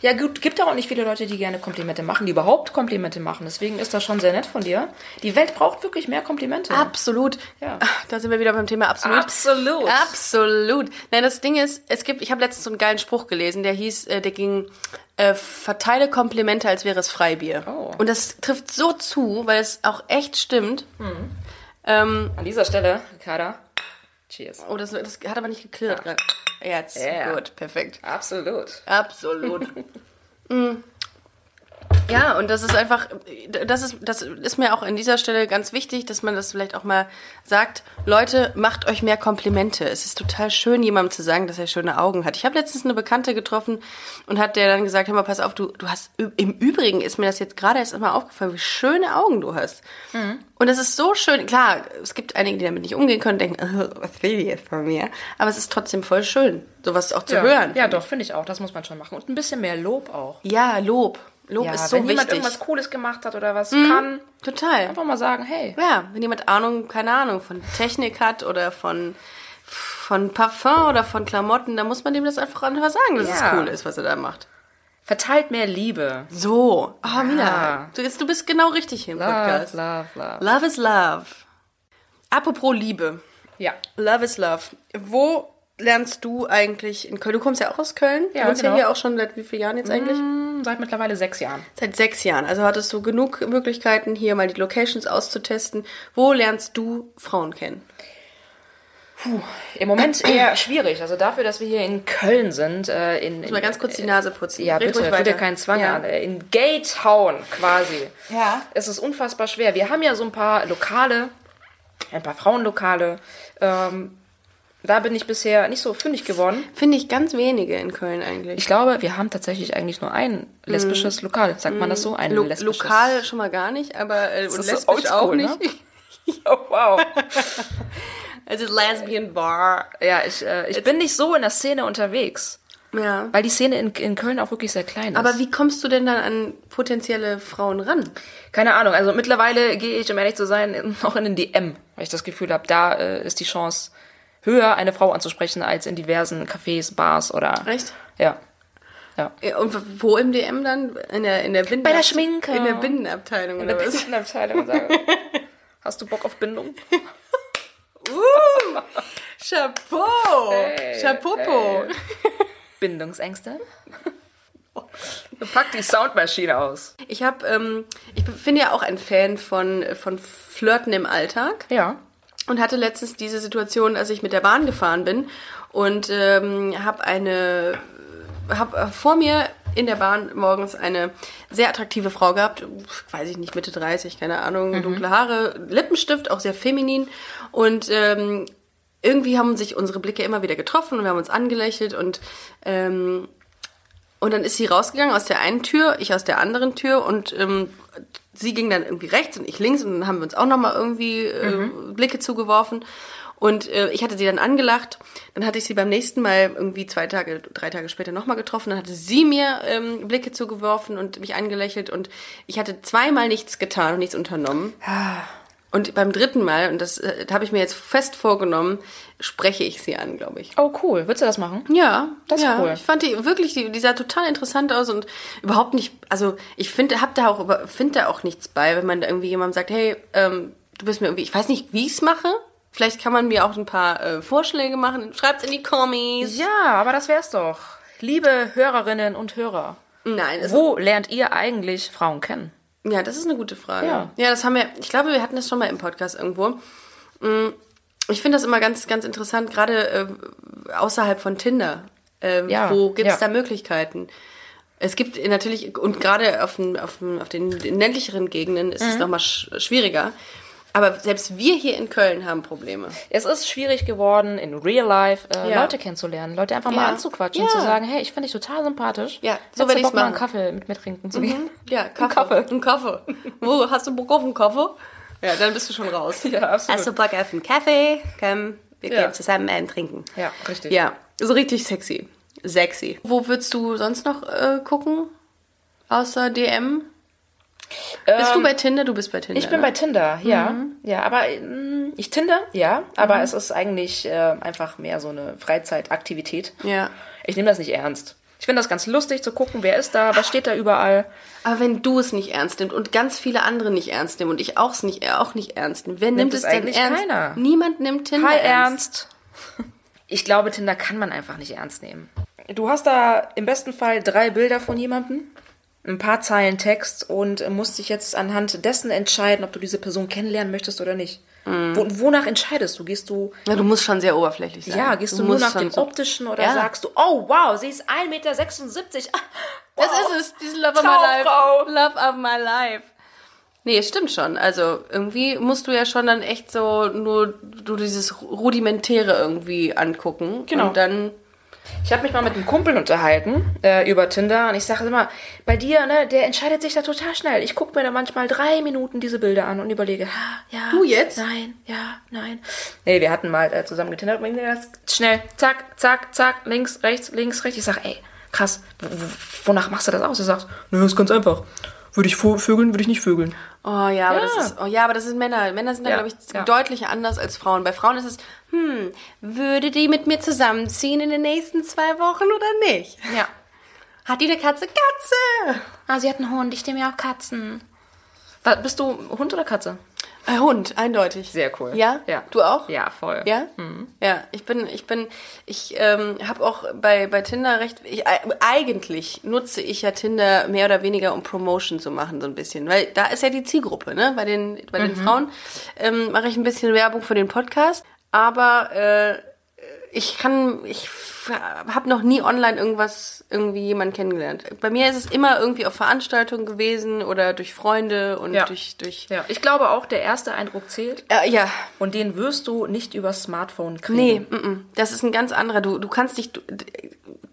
B: Ja, gut, gibt auch nicht viele Leute, die gerne Komplimente machen, die überhaupt Komplimente machen. Deswegen ist das schon sehr nett von dir. Die Welt braucht wirklich mehr Komplimente.
A: Absolut. Ah,
B: Ja.
A: Da sind wir wieder beim Thema absolut.
B: Absolut.
A: Absolut. Nein, das Ding ist, es gibt, ich habe letztens so einen geilen Spruch gelesen, der hieß, äh, der ging, äh, verteile Komplimente, als wäre es Freibier.
B: Oh.
A: Und das trifft so zu, weil es auch echt stimmt.
B: Hm.
A: Ähm,
B: An dieser Stelle, Ricarda, cheers.
A: oh, das, das hat aber nicht geklirrt gerade. Jetzt.
B: Ja.
A: Gut, perfekt.
B: Absolut.
A: Absolut. Mm. ja, und das ist einfach, das ist, das ist mir auch an dieser Stelle ganz wichtig, dass man das vielleicht auch mal sagt, Leute, macht euch mehr Komplimente. Es ist total schön, jemandem zu sagen, dass er schöne Augen hat. Ich habe letztens eine Bekannte getroffen und hat der dann gesagt, hör mal, pass auf, du, du hast, ü- im Übrigen ist mir das jetzt gerade erst einmal aufgefallen, wie schöne Augen du hast.
B: Mhm.
A: Und es ist so schön, klar, es gibt einige, die damit nicht umgehen können, denken, was will die jetzt von mir? Aber es ist trotzdem voll schön, sowas auch zu
B: Ja,
A: hören.
B: ja doch, finde ich auch. Das muss man schon machen. Und ein bisschen mehr Lob auch.
A: Ja, Lob. Lob
B: Ja,
A: ist so
B: wenn
A: wichtig.
B: jemand irgendwas Cooles gemacht hat oder was kann,
A: Total.
B: Mhm. einfach mal sagen, hey.
A: Ja, wenn jemand Ahnung, keine Ahnung, von Technik hat oder von, von Parfum oder von Klamotten, dann muss man dem das einfach einfach sagen, dass es
B: Ja.
A: cool ist, was er da macht.
B: Verteilt mehr Liebe.
A: So. Ah, Mina, du, bist- du bist genau richtig hier im Podcast.
B: love, love.
A: Love is love. Apropos Liebe.
B: Ja.
A: Love is love. Wo lernst du eigentlich in Köln? Du kommst ja auch aus Köln.
B: Ja,
A: du wohnst ja
B: genau. Mhm.
A: hier auch schon seit wie vielen Jahren jetzt eigentlich?
B: Seit mittlerweile sechs Jahren.
A: Seit sechs Jahren. Also hattest du genug Möglichkeiten, hier mal die Locations auszutesten. Wo lernst du Frauen kennen?
B: Im Moment eher schwierig. Also dafür, dass wir hier in Köln sind, äh, in,
A: Mal ganz kurz die Nase putzen.
B: ja,
A: Red
B: bitte,
A: ruhig
B: tu dir
A: weiter.
B: keinen Zwang
A: ja.
B: an. äh, In Gaytown quasi.
A: Ja.
B: Es ist unfassbar schwer. Wir haben ja so ein paar Lokale, ein paar Frauenlokale. Ähm, da bin ich bisher nicht so fündig geworden.
A: Finde ich ganz wenige in Köln eigentlich.
B: Ich glaube, wir haben tatsächlich eigentlich nur ein lesbisches Lokal. Sagt man das so? Ein
A: Lo
B: lesbisches
A: lokal schon mal gar nicht, aber äh, und
B: ist so
A: lesbisch auch
B: oldschool,
A: nicht.
B: ne? Oh, wow.
A: Also Lesbian Bar.
B: ja, ich, äh, ich bin nicht so in der Szene unterwegs.
A: Ja.
B: Weil die Szene in, in Köln auch wirklich sehr klein ist.
A: Aber wie kommst du denn dann an potenzielle Frauen ran?
B: Keine Ahnung, also mittlerweile gehe ich, um ehrlich zu sein, auch in den DM, weil ich das Gefühl habe, da äh, ist die Chance höher, eine Frau anzusprechen, als in diversen Cafés, Bars oder...
A: Echt?
B: Ja. ja.
A: Ja, Und wo im DM dann? In der in der Binden
B: Bei der Schminke.
A: In der Bindenabteilung
B: In
A: oder
B: der
A: was?
B: Patientenabteilung und sage, hast du Bock auf Bindung?
A: Chapeau. Chapeau.
B: Bindungsängste? Pack die Soundmaschine aus.
A: Ich habe, ähm, ich bin ja auch ein Fan von, von Flirten im Alltag
B: Ja.
A: und hatte letztens diese Situation, als ich mit der Bahn gefahren bin und ähm, habe eine, habe vor mir in der Bahn morgens eine sehr attraktive Frau gehabt, weiß ich nicht, Mitte 30, keine Ahnung, dunkle Haare, Lippenstift, auch sehr feminin und ähm, irgendwie haben sich unsere Blicke immer wieder getroffen und wir haben uns angelächelt und ähm, und dann ist sie rausgegangen aus der einen Tür, ich aus der anderen Tür und ähm, sie ging dann irgendwie rechts und ich links und dann haben wir uns auch nochmal irgendwie äh, Blicke zugeworfen. Und äh, ich hatte sie dann angelacht. Dann hatte ich sie beim nächsten Mal irgendwie zwei Tage, drei Tage später nochmal getroffen. Dann hatte sie mir ähm, Blicke zugeworfen und mich angelächelt. Und ich hatte zweimal nichts getan und nichts unternommen. Und beim dritten Mal, und das äh, habe ich mir jetzt fest vorgenommen, spreche ich sie an, glaube ich.
B: Oh, cool. Würdest du das machen?
A: Ja,
B: Das ist
A: ja.
B: cool.
A: Ich fand die wirklich, die, die sah total interessant aus und überhaupt nicht, also ich finde, hab da auch, über- find da auch nichts bei, wenn man da irgendwie jemandem sagt, hey, ähm, du bist mir irgendwie, ich weiß nicht, wie ich es mache. Vielleicht kann man mir auch ein paar äh, Vorschläge machen. Schreibt's in die Kommis.
B: Ja, aber das wär's doch. Liebe Hörerinnen und Hörer,
A: Nein, es
B: wo lernt ihr eigentlich Frauen kennen?
A: Ja, das ist eine gute Frage.
B: Ja.
A: ja, das haben wir, ich glaube, wir hatten das schon mal im Podcast irgendwo. Mm, Ich finde das immer ganz, ganz interessant, gerade äh, außerhalb von Tinder. Ähm,
B: Ja,
A: Wo gibt es
B: ja.
A: da Möglichkeiten? Es gibt natürlich, und gerade auf, den- auf, den- auf den ländlicheren Gegenden ist
B: Mhm.
A: es nochmal sch schwieriger. Aber selbst wir hier in Köln haben Probleme.
B: Es ist schwierig geworden, in real life äh,
A: Ja.
B: Leute kennenzulernen, Leute einfach mal
A: Ja.
B: anzuquatschen,
A: Ja.
B: zu sagen, hey, ich finde dich total sympathisch.
A: Ja, so
B: Hättest du
A: werd ich's
B: Bock, mal einen
A: machen. Mhm.
B: Kaffee mit mir trinken zu gehen.
A: Ja, Kaffee.
B: Kaffee.
A: Ein Kaffee. Wo, hast du Bock auf einen Kaffee? Ja, dann bist du schon raus.
B: Ja, absolut.
A: Hast du Bock auf einen Kaffee? Komm, wir
B: Ja.
A: gehen zusammen einen trinken.
B: Ja, richtig.
A: Ja, so richtig sexy. Sexy. Wo würdest du sonst noch äh, gucken? außer DM? Bist du
B: Ähm,
A: bei Tinder? Du bist bei Tinder.
B: Ich bin
A: ne?
B: bei Tinder, ja.
A: Mhm.
B: Ja, aber mm, ich Tinder, ja, aber es ist eigentlich äh, einfach mehr so eine Freizeitaktivität.
A: Ja.
B: Ich nehme das nicht ernst. Ich finde das ganz lustig zu gucken, wer ist da, was steht da überall.
A: Aber wenn du es nicht ernst nimmst und ganz viele andere nicht ernst nehmen und ich auch es nicht, äh, auch nicht ernst nehme, wer nimmt,
B: es
A: es denn
B: eigentlich
A: ernst?
B: keiner?
A: Niemand nimmt Tinder
B: Hi
A: ernst.
B: Ernst. Ich glaube, Tinder kann man einfach nicht ernst nehmen. Du hast da im besten Fall drei Bilder von jemandem, ein paar Zeilen Text und musst dich jetzt anhand dessen entscheiden, ob du diese Person kennenlernen möchtest oder nicht. Wo, wonach entscheidest du? Gehst du
A: Ja, du musst schon sehr oberflächlich sein.
B: Ja, gehst du, nur
A: musst
B: nach
A: schon
B: dem optischen oder
A: Ja.
B: sagst du, oh wow, sie ist 1,76 Meter.
A: Das ist es, dieses Love of my life.
B: Traumfrau.
A: Love of my life. Nee, es stimmt schon. Also irgendwie musst du ja schon dann echt so nur du dieses rudimentäre irgendwie angucken.
B: Genau.
A: Und dann
B: Ich habe mich mal mit einem Kumpel unterhalten äh, über Tinder und ich sage immer, bei dir, ne, der entscheidet sich da total schnell. Ich gucke mir da manchmal drei Minuten diese Bilder an und überlege, ha, ja,
A: Du jetzt?
B: Nein, ja, nein. Nee, wir hatten mal äh, zusammen getindert und mir das schnell, zack, zack, zack, links, rechts, links, rechts. Ich sage, ey, krass, w- w- wonach machst du das aus? Er sagt, naja, ist ganz einfach. Würde ich vo- vögeln, würde ich nicht vögeln.
A: Oh ja, aber
B: Ja.
A: das ist oh ja, aber das sind Männer. Männer sind da
B: Ja,
A: glaube ich
B: ja.
A: deutlich anders als Frauen. Bei Frauen ist es hm, würde die mit mir zusammenziehen in den nächsten zwei Wochen oder nicht?
B: Ja.
A: Hat die eine Katze? Katze.
B: Ah, sie hat einen Hund, ich nehme ja auch Katzen. Wa- bist du Hund oder Katze?
A: Äh, Hund, eindeutig.
B: Sehr cool.
A: Ja?
B: Ja.
A: Du auch?
B: Ja, voll. Mhm.
A: Ja? Ja, ich bin, ich bin, ich ähm, habe auch bei, bei Tinder recht, ich, ei- eigentlich nutze ich ja Tinder mehr oder weniger, um Promotion zu machen, so ein bisschen. Weil da ist ja die Zielgruppe, ne? Bei den, bei
B: Mhm.
A: den Frauen ähm, mache ich ein bisschen Werbung für den Podcast, aber äh, ich kann, ich habe noch nie online irgendwas, irgendwie jemanden kennengelernt. Bei mir ist es immer irgendwie auf Veranstaltungen gewesen oder durch Freunde und
B: Ja.
A: durch, durch
B: Ja, ich glaube auch, der erste Eindruck zählt
A: äh, ja,
B: und den wirst du nicht übers Smartphone kriegen.
A: nee, mm-mm. das ist ein ganz anderer. Du, du kannst dich, du,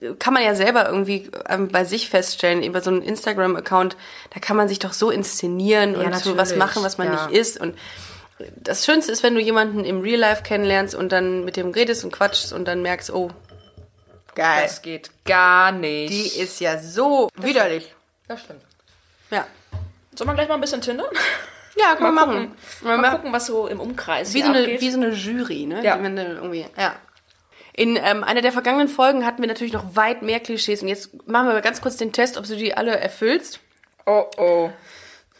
A: d- kann man ja selber irgendwie ähm, bei sich feststellen, über so einen Instagram-Account, da kann man sich doch so inszenieren und so was
B: natürlich,
A: machen, was man
B: ja.
A: nicht ist. Und das Schönste ist, wenn du jemanden im Real Life kennenlernst und dann mit dem redest und quatschst und dann merkst, oh, geil.
B: Das geht gar nicht.
A: die ist ja so widerlich.
B: das stimmt.
A: Ja.
B: Sollen wir gleich mal ein bisschen Tinder?
A: Ja, kann man machen.
B: Mal,
A: Ma-
B: gucken, was so im Umkreis
A: Wie
B: hier
A: so, eine,
B: abgeht.
A: wie so eine Jury, ne?
B: Ja.
A: Die man dann irgendwie, ja. In ähm, einer der vergangenen Folgen hatten wir natürlich noch weit mehr Klischees. Und jetzt machen wir mal ganz kurz den Test, ob du die alle erfüllst.
B: oh, oh.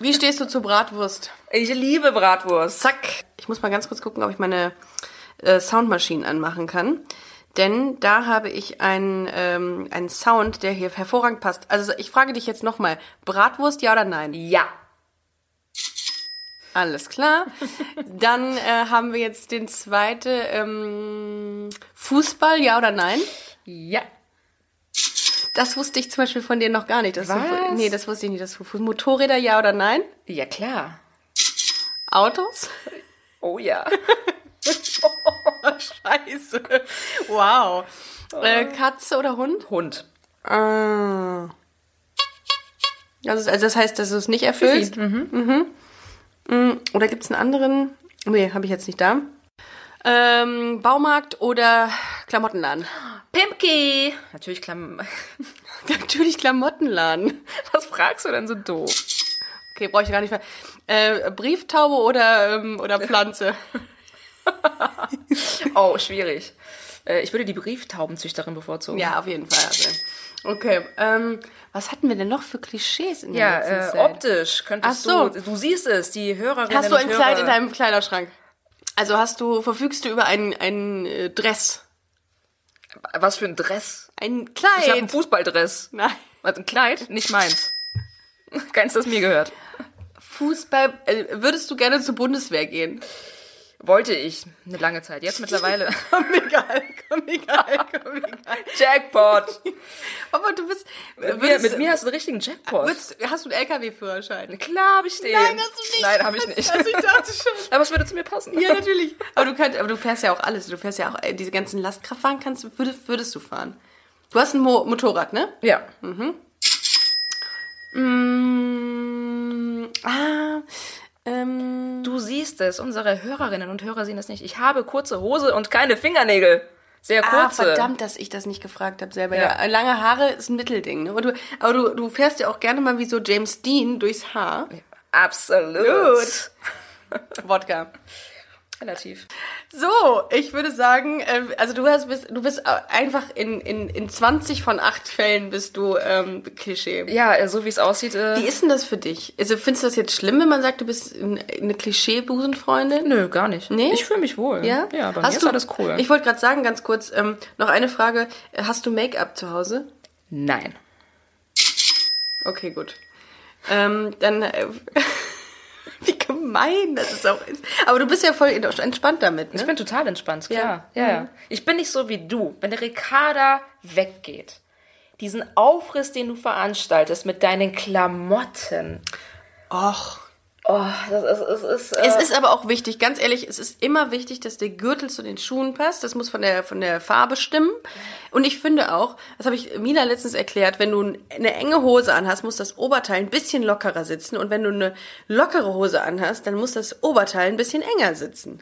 A: Wie stehst du zur Bratwurst?
B: Ich liebe Bratwurst.
A: Zack. Ich muss mal ganz kurz gucken, ob ich meine äh, Soundmaschinen anmachen kann. Denn da habe ich einen, ähm, einen Sound, der hier hervorragend passt. Also ich frage dich jetzt nochmal, Bratwurst, ja oder nein?
B: Ja.
A: Alles klar. Dann äh, haben wir jetzt den zweiten ähm, Fußball, ja oder nein?
B: Ja.
A: Das wusste ich zum Beispiel von dir noch gar nicht. Dass du,
B: Was?
A: nee, das wusste ich nicht. Dass du, Motorräder, ja oder nein?
B: Ja, klar.
A: Autos?
B: Oh ja.
A: Scheiße. Wow. Äh, Katze oder Hund?
B: Hund.
A: Ah. Also, also das heißt, dass du es nicht erfüllst? Mhm. Mhm. Oder gibt es einen anderen? Nee, habe ich jetzt nicht da. Ähm, Baumarkt oder Klamottenladen?
B: Pimpki. Natürlich Klamm.
A: Natürlich Klamottenladen.
B: Was fragst du denn so doof?
A: Okay, brauche ich gar nicht mehr. Äh, Brieftaube oder, ähm, oder Pflanze?
B: Oh, schwierig. Äh, Ich würde die Brieftaubenzüchterin bevorzugen.
A: Ja, auf jeden Fall. Also. Okay, ähm, was hatten wir denn noch für Klischees in der
B: Ja,
A: letzten
B: äh,
A: Zeit?
B: optisch könntest
A: halt. Ach so.
B: du. Du siehst es, die Hörerinnen
A: hast du ein
B: und Hörer.
A: Kleid in deinem Kleiderschrank? Also hast du, verfügst du über einen, einen äh, Dress?
B: Was für ein Dress?
A: Ein
B: Ich habe
A: Kleid?
B: einen Fußballdress.
A: Nein.
B: Was, ein Kleid? Nicht meins. Keins, das mir gehört.
A: Fußball, äh, würdest du gerne zur Bundeswehr gehen?
B: Wollte ich. Eine lange Zeit. Jetzt mittlerweile.
A: Komm, egal, komm, egal, komm, egal.
B: Jackpot.
A: Aber du bist,
B: Mit mir,
A: würdest-
B: mit mir hast du einen richtigen Jackpot.
A: würdest, hast du einen LKW-Führerschein?
B: Klar hab ich den.
A: Nein, hast du nicht.
B: Nein, hab ich nicht.
A: Also ich dachte schon.
B: Aber es würde zu mir passen.
A: Ja, natürlich. Aber du, könnt, aber du fährst ja auch alles. Du fährst ja auch äh, diese ganzen Lastkraftwagen, kannst, würdest, würdest du fahren. Du hast ein Mo Motorrad, ne?
B: Ja.
A: Mm, ah, ähm,
B: Du siehst es. Unsere Hörerinnen und Hörer sehen es nicht. Ich habe kurze Hose und keine Fingernägel. Sehr kurze.
A: Ah, verdammt, dass ich das nicht gefragt habe selber.
B: Ja.
A: Ja. lange Haare ist ein Mittelding. Ne? Und du, aber du, du fährst ja auch gerne mal wie so James Dean durchs Haar.
B: Absolut.
A: Wodka.
B: Relativ.
A: So, ich würde sagen, äh, also du hast bist, du bist äh, einfach in, in, in 20 von 8 Fällen bist du ähm, Klischee.
B: Ja, äh, so wie es aussieht.
A: Wie
B: Äh,
A: ist denn das für dich? Also findest du das jetzt schlimm, wenn man sagt, du bist ein- eine Klischee-Busenfreundin?
B: nö, gar nicht.
A: Nee?
B: Ich fühle mich wohl.
A: Ja?
B: Ja, bei mir ist alles cool.
A: Ich wollte gerade sagen, ganz kurz, ähm, noch eine Frage. Hast du Make-up zu Hause?
B: Nein.
A: Okay, gut. Ähm, dann. Äh, wie gemein das ist auch ist. Aber du bist ja voll entspannt damit,
B: Ich
A: ne?
B: bin total entspannt, klar.
A: Ja.
B: Ja. Mhm. Ja, Ich bin nicht so wie du. Wenn der Ricarda weggeht, diesen Aufriss, den du veranstaltest mit deinen Klamotten.
A: Och.
B: Oh, das ist, es ist, äh,
A: Es ist aber auch wichtig, ganz ehrlich, es ist immer wichtig, dass der Gürtel zu den Schuhen passt. Das muss von der, von der Farbe stimmen. Und ich finde auch, das habe ich Mina letztens erklärt, wenn du eine enge Hose anhast, muss das Oberteil ein bisschen lockerer sitzen. Und wenn du eine lockere Hose anhast, dann muss das Oberteil ein bisschen enger sitzen.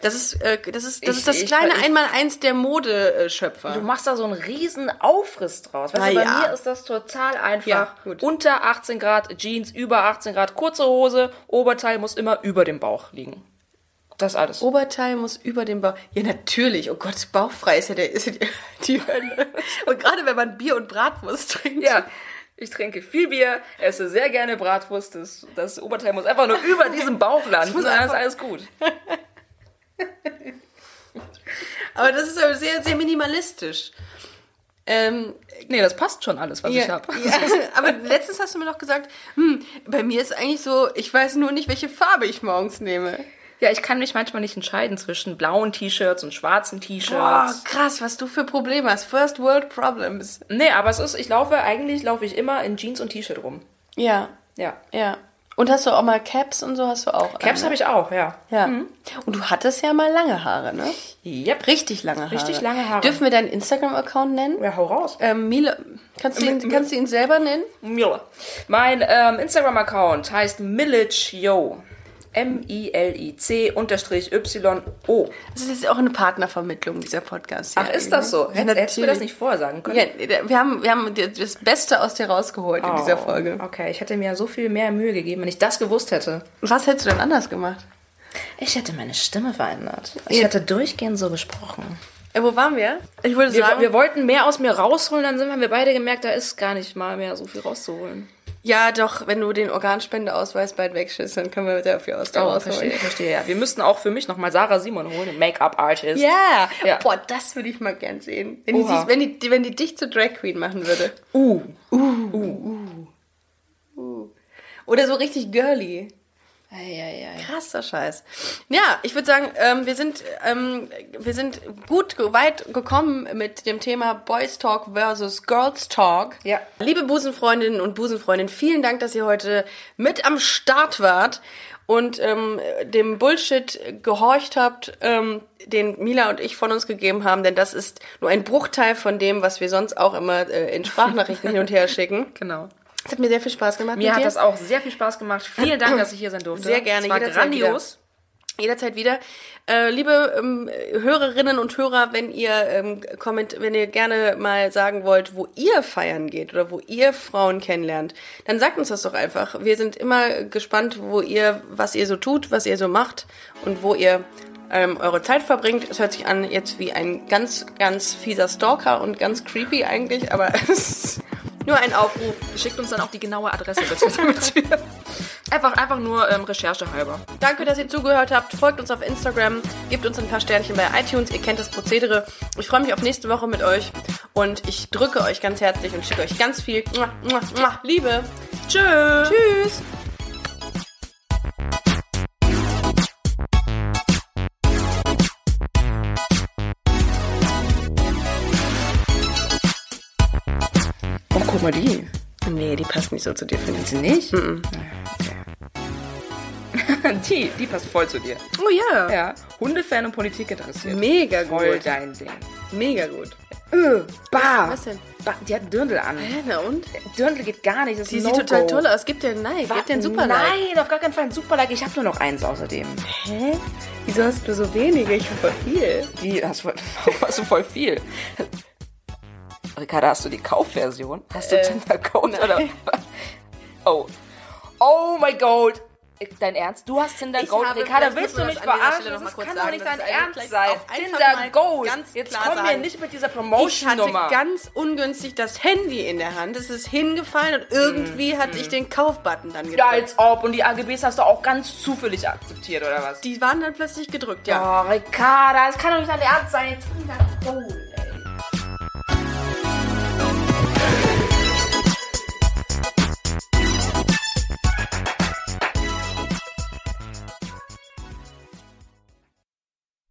A: Das ist, äh, das, ist, das,
B: Ich-
A: ist das
B: ich-
A: kleine
B: ich-
A: Einmaleins der Modeschöpfer.
B: Du machst da so einen riesen Aufriss draus. Weißt
A: Na
B: du, bei
A: ja.
B: mir ist das total einfach.
A: Ja, gut.
B: Unter 18 Grad Jeans, über 18 Grad kurze Hose, Oberteil muss immer über dem Bauch liegen. Das alles.
A: Oberteil muss über dem Bauch. Ja, natürlich. Oh Gott, bauchfrei ist ja, der, ist ja die, die Hölle. Und gerade wenn man Bier und Bratwurst trinkt.
B: Ja, ich trinke viel Bier, esse sehr gerne Bratwurst. Das, das Oberteil muss einfach nur über diesem Bauch landen.
A: muss
B: Dann ist
A: einfach-
B: alles gut.
A: Aber das ist aber sehr, sehr minimalistisch. Ähm,
B: Nee, das passt schon alles, was ich
A: ja,
B: habe.
A: ja, aber letztens hast du mir noch gesagt, hm, bei mir ist eigentlich so, ich weiß nur nicht, welche Farbe ich morgens nehme.
B: Ja, ich kann mich manchmal nicht entscheiden zwischen blauen T-Shirts und schwarzen
A: Boah,
B: T-Shirts.
A: krass, was du für Probleme hast. First World Problems.
B: Nee, aber es ist, ich laufe, eigentlich laufe ich immer in Jeans und T-Shirt rum.
A: Ja,
B: Ja.
A: ja. Und hast du auch mal Caps Mhm. und so hast du auch. äh,
B: Caps habe ich auch, ja.
A: Ja. Und du hattest ja mal lange Haare, ne?
B: Yep.
A: Richtig lange Haare.
B: Richtig lange Haare.
A: Dürfen wir deinen Instagram-Account nennen?
B: Ja, hau raus.
A: Ähm, Mila, kannst du, ihn, kannst du ihn selber nennen?
B: Mille. Mein ähm, Instagram-Account heißt MillichYo. M-I-L-I-C-Y-O.
A: Das ist jetzt auch eine Partnervermittlung, dieser Podcast. hier
B: Ach, ist das so?
A: eigentlich, ne?
B: Hätt- Hättest du mir
A: Natürlich.
B: das nicht vorsagen können?
A: Ja, wir haben, wir haben dir das Beste aus dir rausgeholt in dieser Folge.
B: Oh, Okay, ich hätte mir so viel mehr Mühe gegeben, wenn ich das gewusst hätte.
A: Was hättest du denn anders gemacht?
B: Ich hätte meine Stimme verändert. Ich hätte durchgehend so gesprochen.
A: Äh, wo waren wir? Ich würde
B: Wir,
A: sagen,
B: wir wollten mehr aus mir rausholen, dann sind wir- haben wir beide gemerkt, da ist gar nicht mal mehr so viel rauszuholen.
A: ja doch, wenn du den Organspendeausweis bald wegschießt, dann können wir dafür aus dir rausholen.
B: Oh, verstehe. Ja. Wir müssten auch für mich nochmal Sarah Simon holen, den Make-up-Artist.
A: Ja.
B: Ja.
A: boah, das würde ich mal gern sehen. Wenn die,
B: Oha.
A: sich, wenn, die, wenn die dich zur Drag Queen machen würde.
B: Uh.
A: Oder so richtig girly. Krasser Scheiß. Ja, ich würde sagen, ähm, wir, sind, ähm, wir sind gut ge- weit gekommen mit dem Thema Boys Talk versus Girls Talk.
B: Ja.
A: Liebe Busenfreundinnen und Busenfreundinnen, vielen Dank, dass ihr heute mit am Start wart und ähm, dem Bullshit gehorcht habt, ähm, den Mila und ich von uns gegeben haben, denn das ist nur ein Bruchteil von dem, was wir sonst auch immer äh, in Sprachnachrichten hin und her schicken.
B: Genau.
A: Es hat mir sehr viel Spaß gemacht.
B: Mir
A: mit
B: hat
A: dir.
B: das auch sehr viel Spaß gemacht. Vielen Dank, dass ich hier sein durfte.
A: Sehr gerne,
B: Es war
A: jederzeit
B: grandios.
A: jederzeit wieder. Äh, liebe ähm, Hörerinnen und Hörer, wenn ihr ähm, komment wenn ihr gerne mal sagen wollt, wo ihr feiern geht oder wo ihr Frauen kennenlernt, dann sagt uns das doch einfach. Wir sind immer gespannt, wo ihr, was ihr so tut, was ihr so macht und wo ihr ähm, eure Zeit verbringt. Es hört sich an jetzt wie ein ganz, ganz fieser Stalker und ganz creepy eigentlich, aber es ist nur ein Aufruf.
B: Schickt uns dann auch die genaue Adresse bitte. damit wir- einfach, einfach nur ähm, Recherche halber.
A: Danke, dass ihr zugehört habt. Folgt uns auf Instagram, gebt uns ein paar Sternchen bei iTunes. Ihr kennt das Prozedere. Ich freue mich auf nächste Woche mit euch und ich drücke euch ganz herzlich und schicke euch ganz viel Mua, Mua, Mua, Liebe.
B: Tschüss.
A: Tschüss.
B: Oh, guck mal die.
A: Nee, die passt nicht so zu dir, finde ich.
B: Sie nicht? die, die passt voll zu dir.
A: Oh ja.
B: Ja. Hundefan und Politik interessiert.
A: Mega
B: Voll
A: gut.
B: dein Ding.
A: Mega gut.
B: Öh, bah.
A: Was denn?
B: Bah, die hat Dirndl an.
A: Hä, na und?
B: Äh, Dirndl geht gar nicht. Das ist
A: Die
B: ein
A: sieht
B: No-Go.
A: total toll aus. Gib dir einen Like.
B: Wa-
A: Gib dir einen super Like.
B: Nein, auf gar keinen Fall ein super Like. Ich habe nur noch eins außerdem.
A: Hä? Wieso hast du so wenige? Ich habe voll viel.
B: Wie? Hast voll, warum hast du voll viel? Ricarda, hast du die Kaufversion? Hast
A: Äh,
B: du Tinder Gold oder? Oh. Oh mein Gott. Dein Ernst? Du hast Tinder
A: Ich
B: Gold.
A: habe-
B: Ricarda,
A: vielleicht
B: willst du
A: muss man
B: mich
A: das an dieser Stelle
B: verarschen?
A: noch mal
B: Das
A: kurz
B: kann doch
A: sagen,
B: nicht
A: dass
B: dein
A: es eigentlich
B: Ernst
A: vielleicht
B: sein.
A: auch einfach
B: Tinder
A: mal
B: Gold.
A: ganz
B: Jetzt
A: klar
B: komm mir
A: sagen.
B: nicht mit
A: Ich
B: dieser
A: hatte
B: Promotion-Nummer.
A: ganz ungünstig das Handy in der Hand. Es ist hingefallen und irgendwie hatte ich den Kaufbutton dann gedrückt.
B: Ja, als ob. Und die AGBs hast du auch ganz zufällig akzeptiert, oder was?
A: Die waren dann plötzlich gedrückt, ja.
B: Oh, Ricarda, das kann doch nicht dein Ernst sein. Tinder Gold.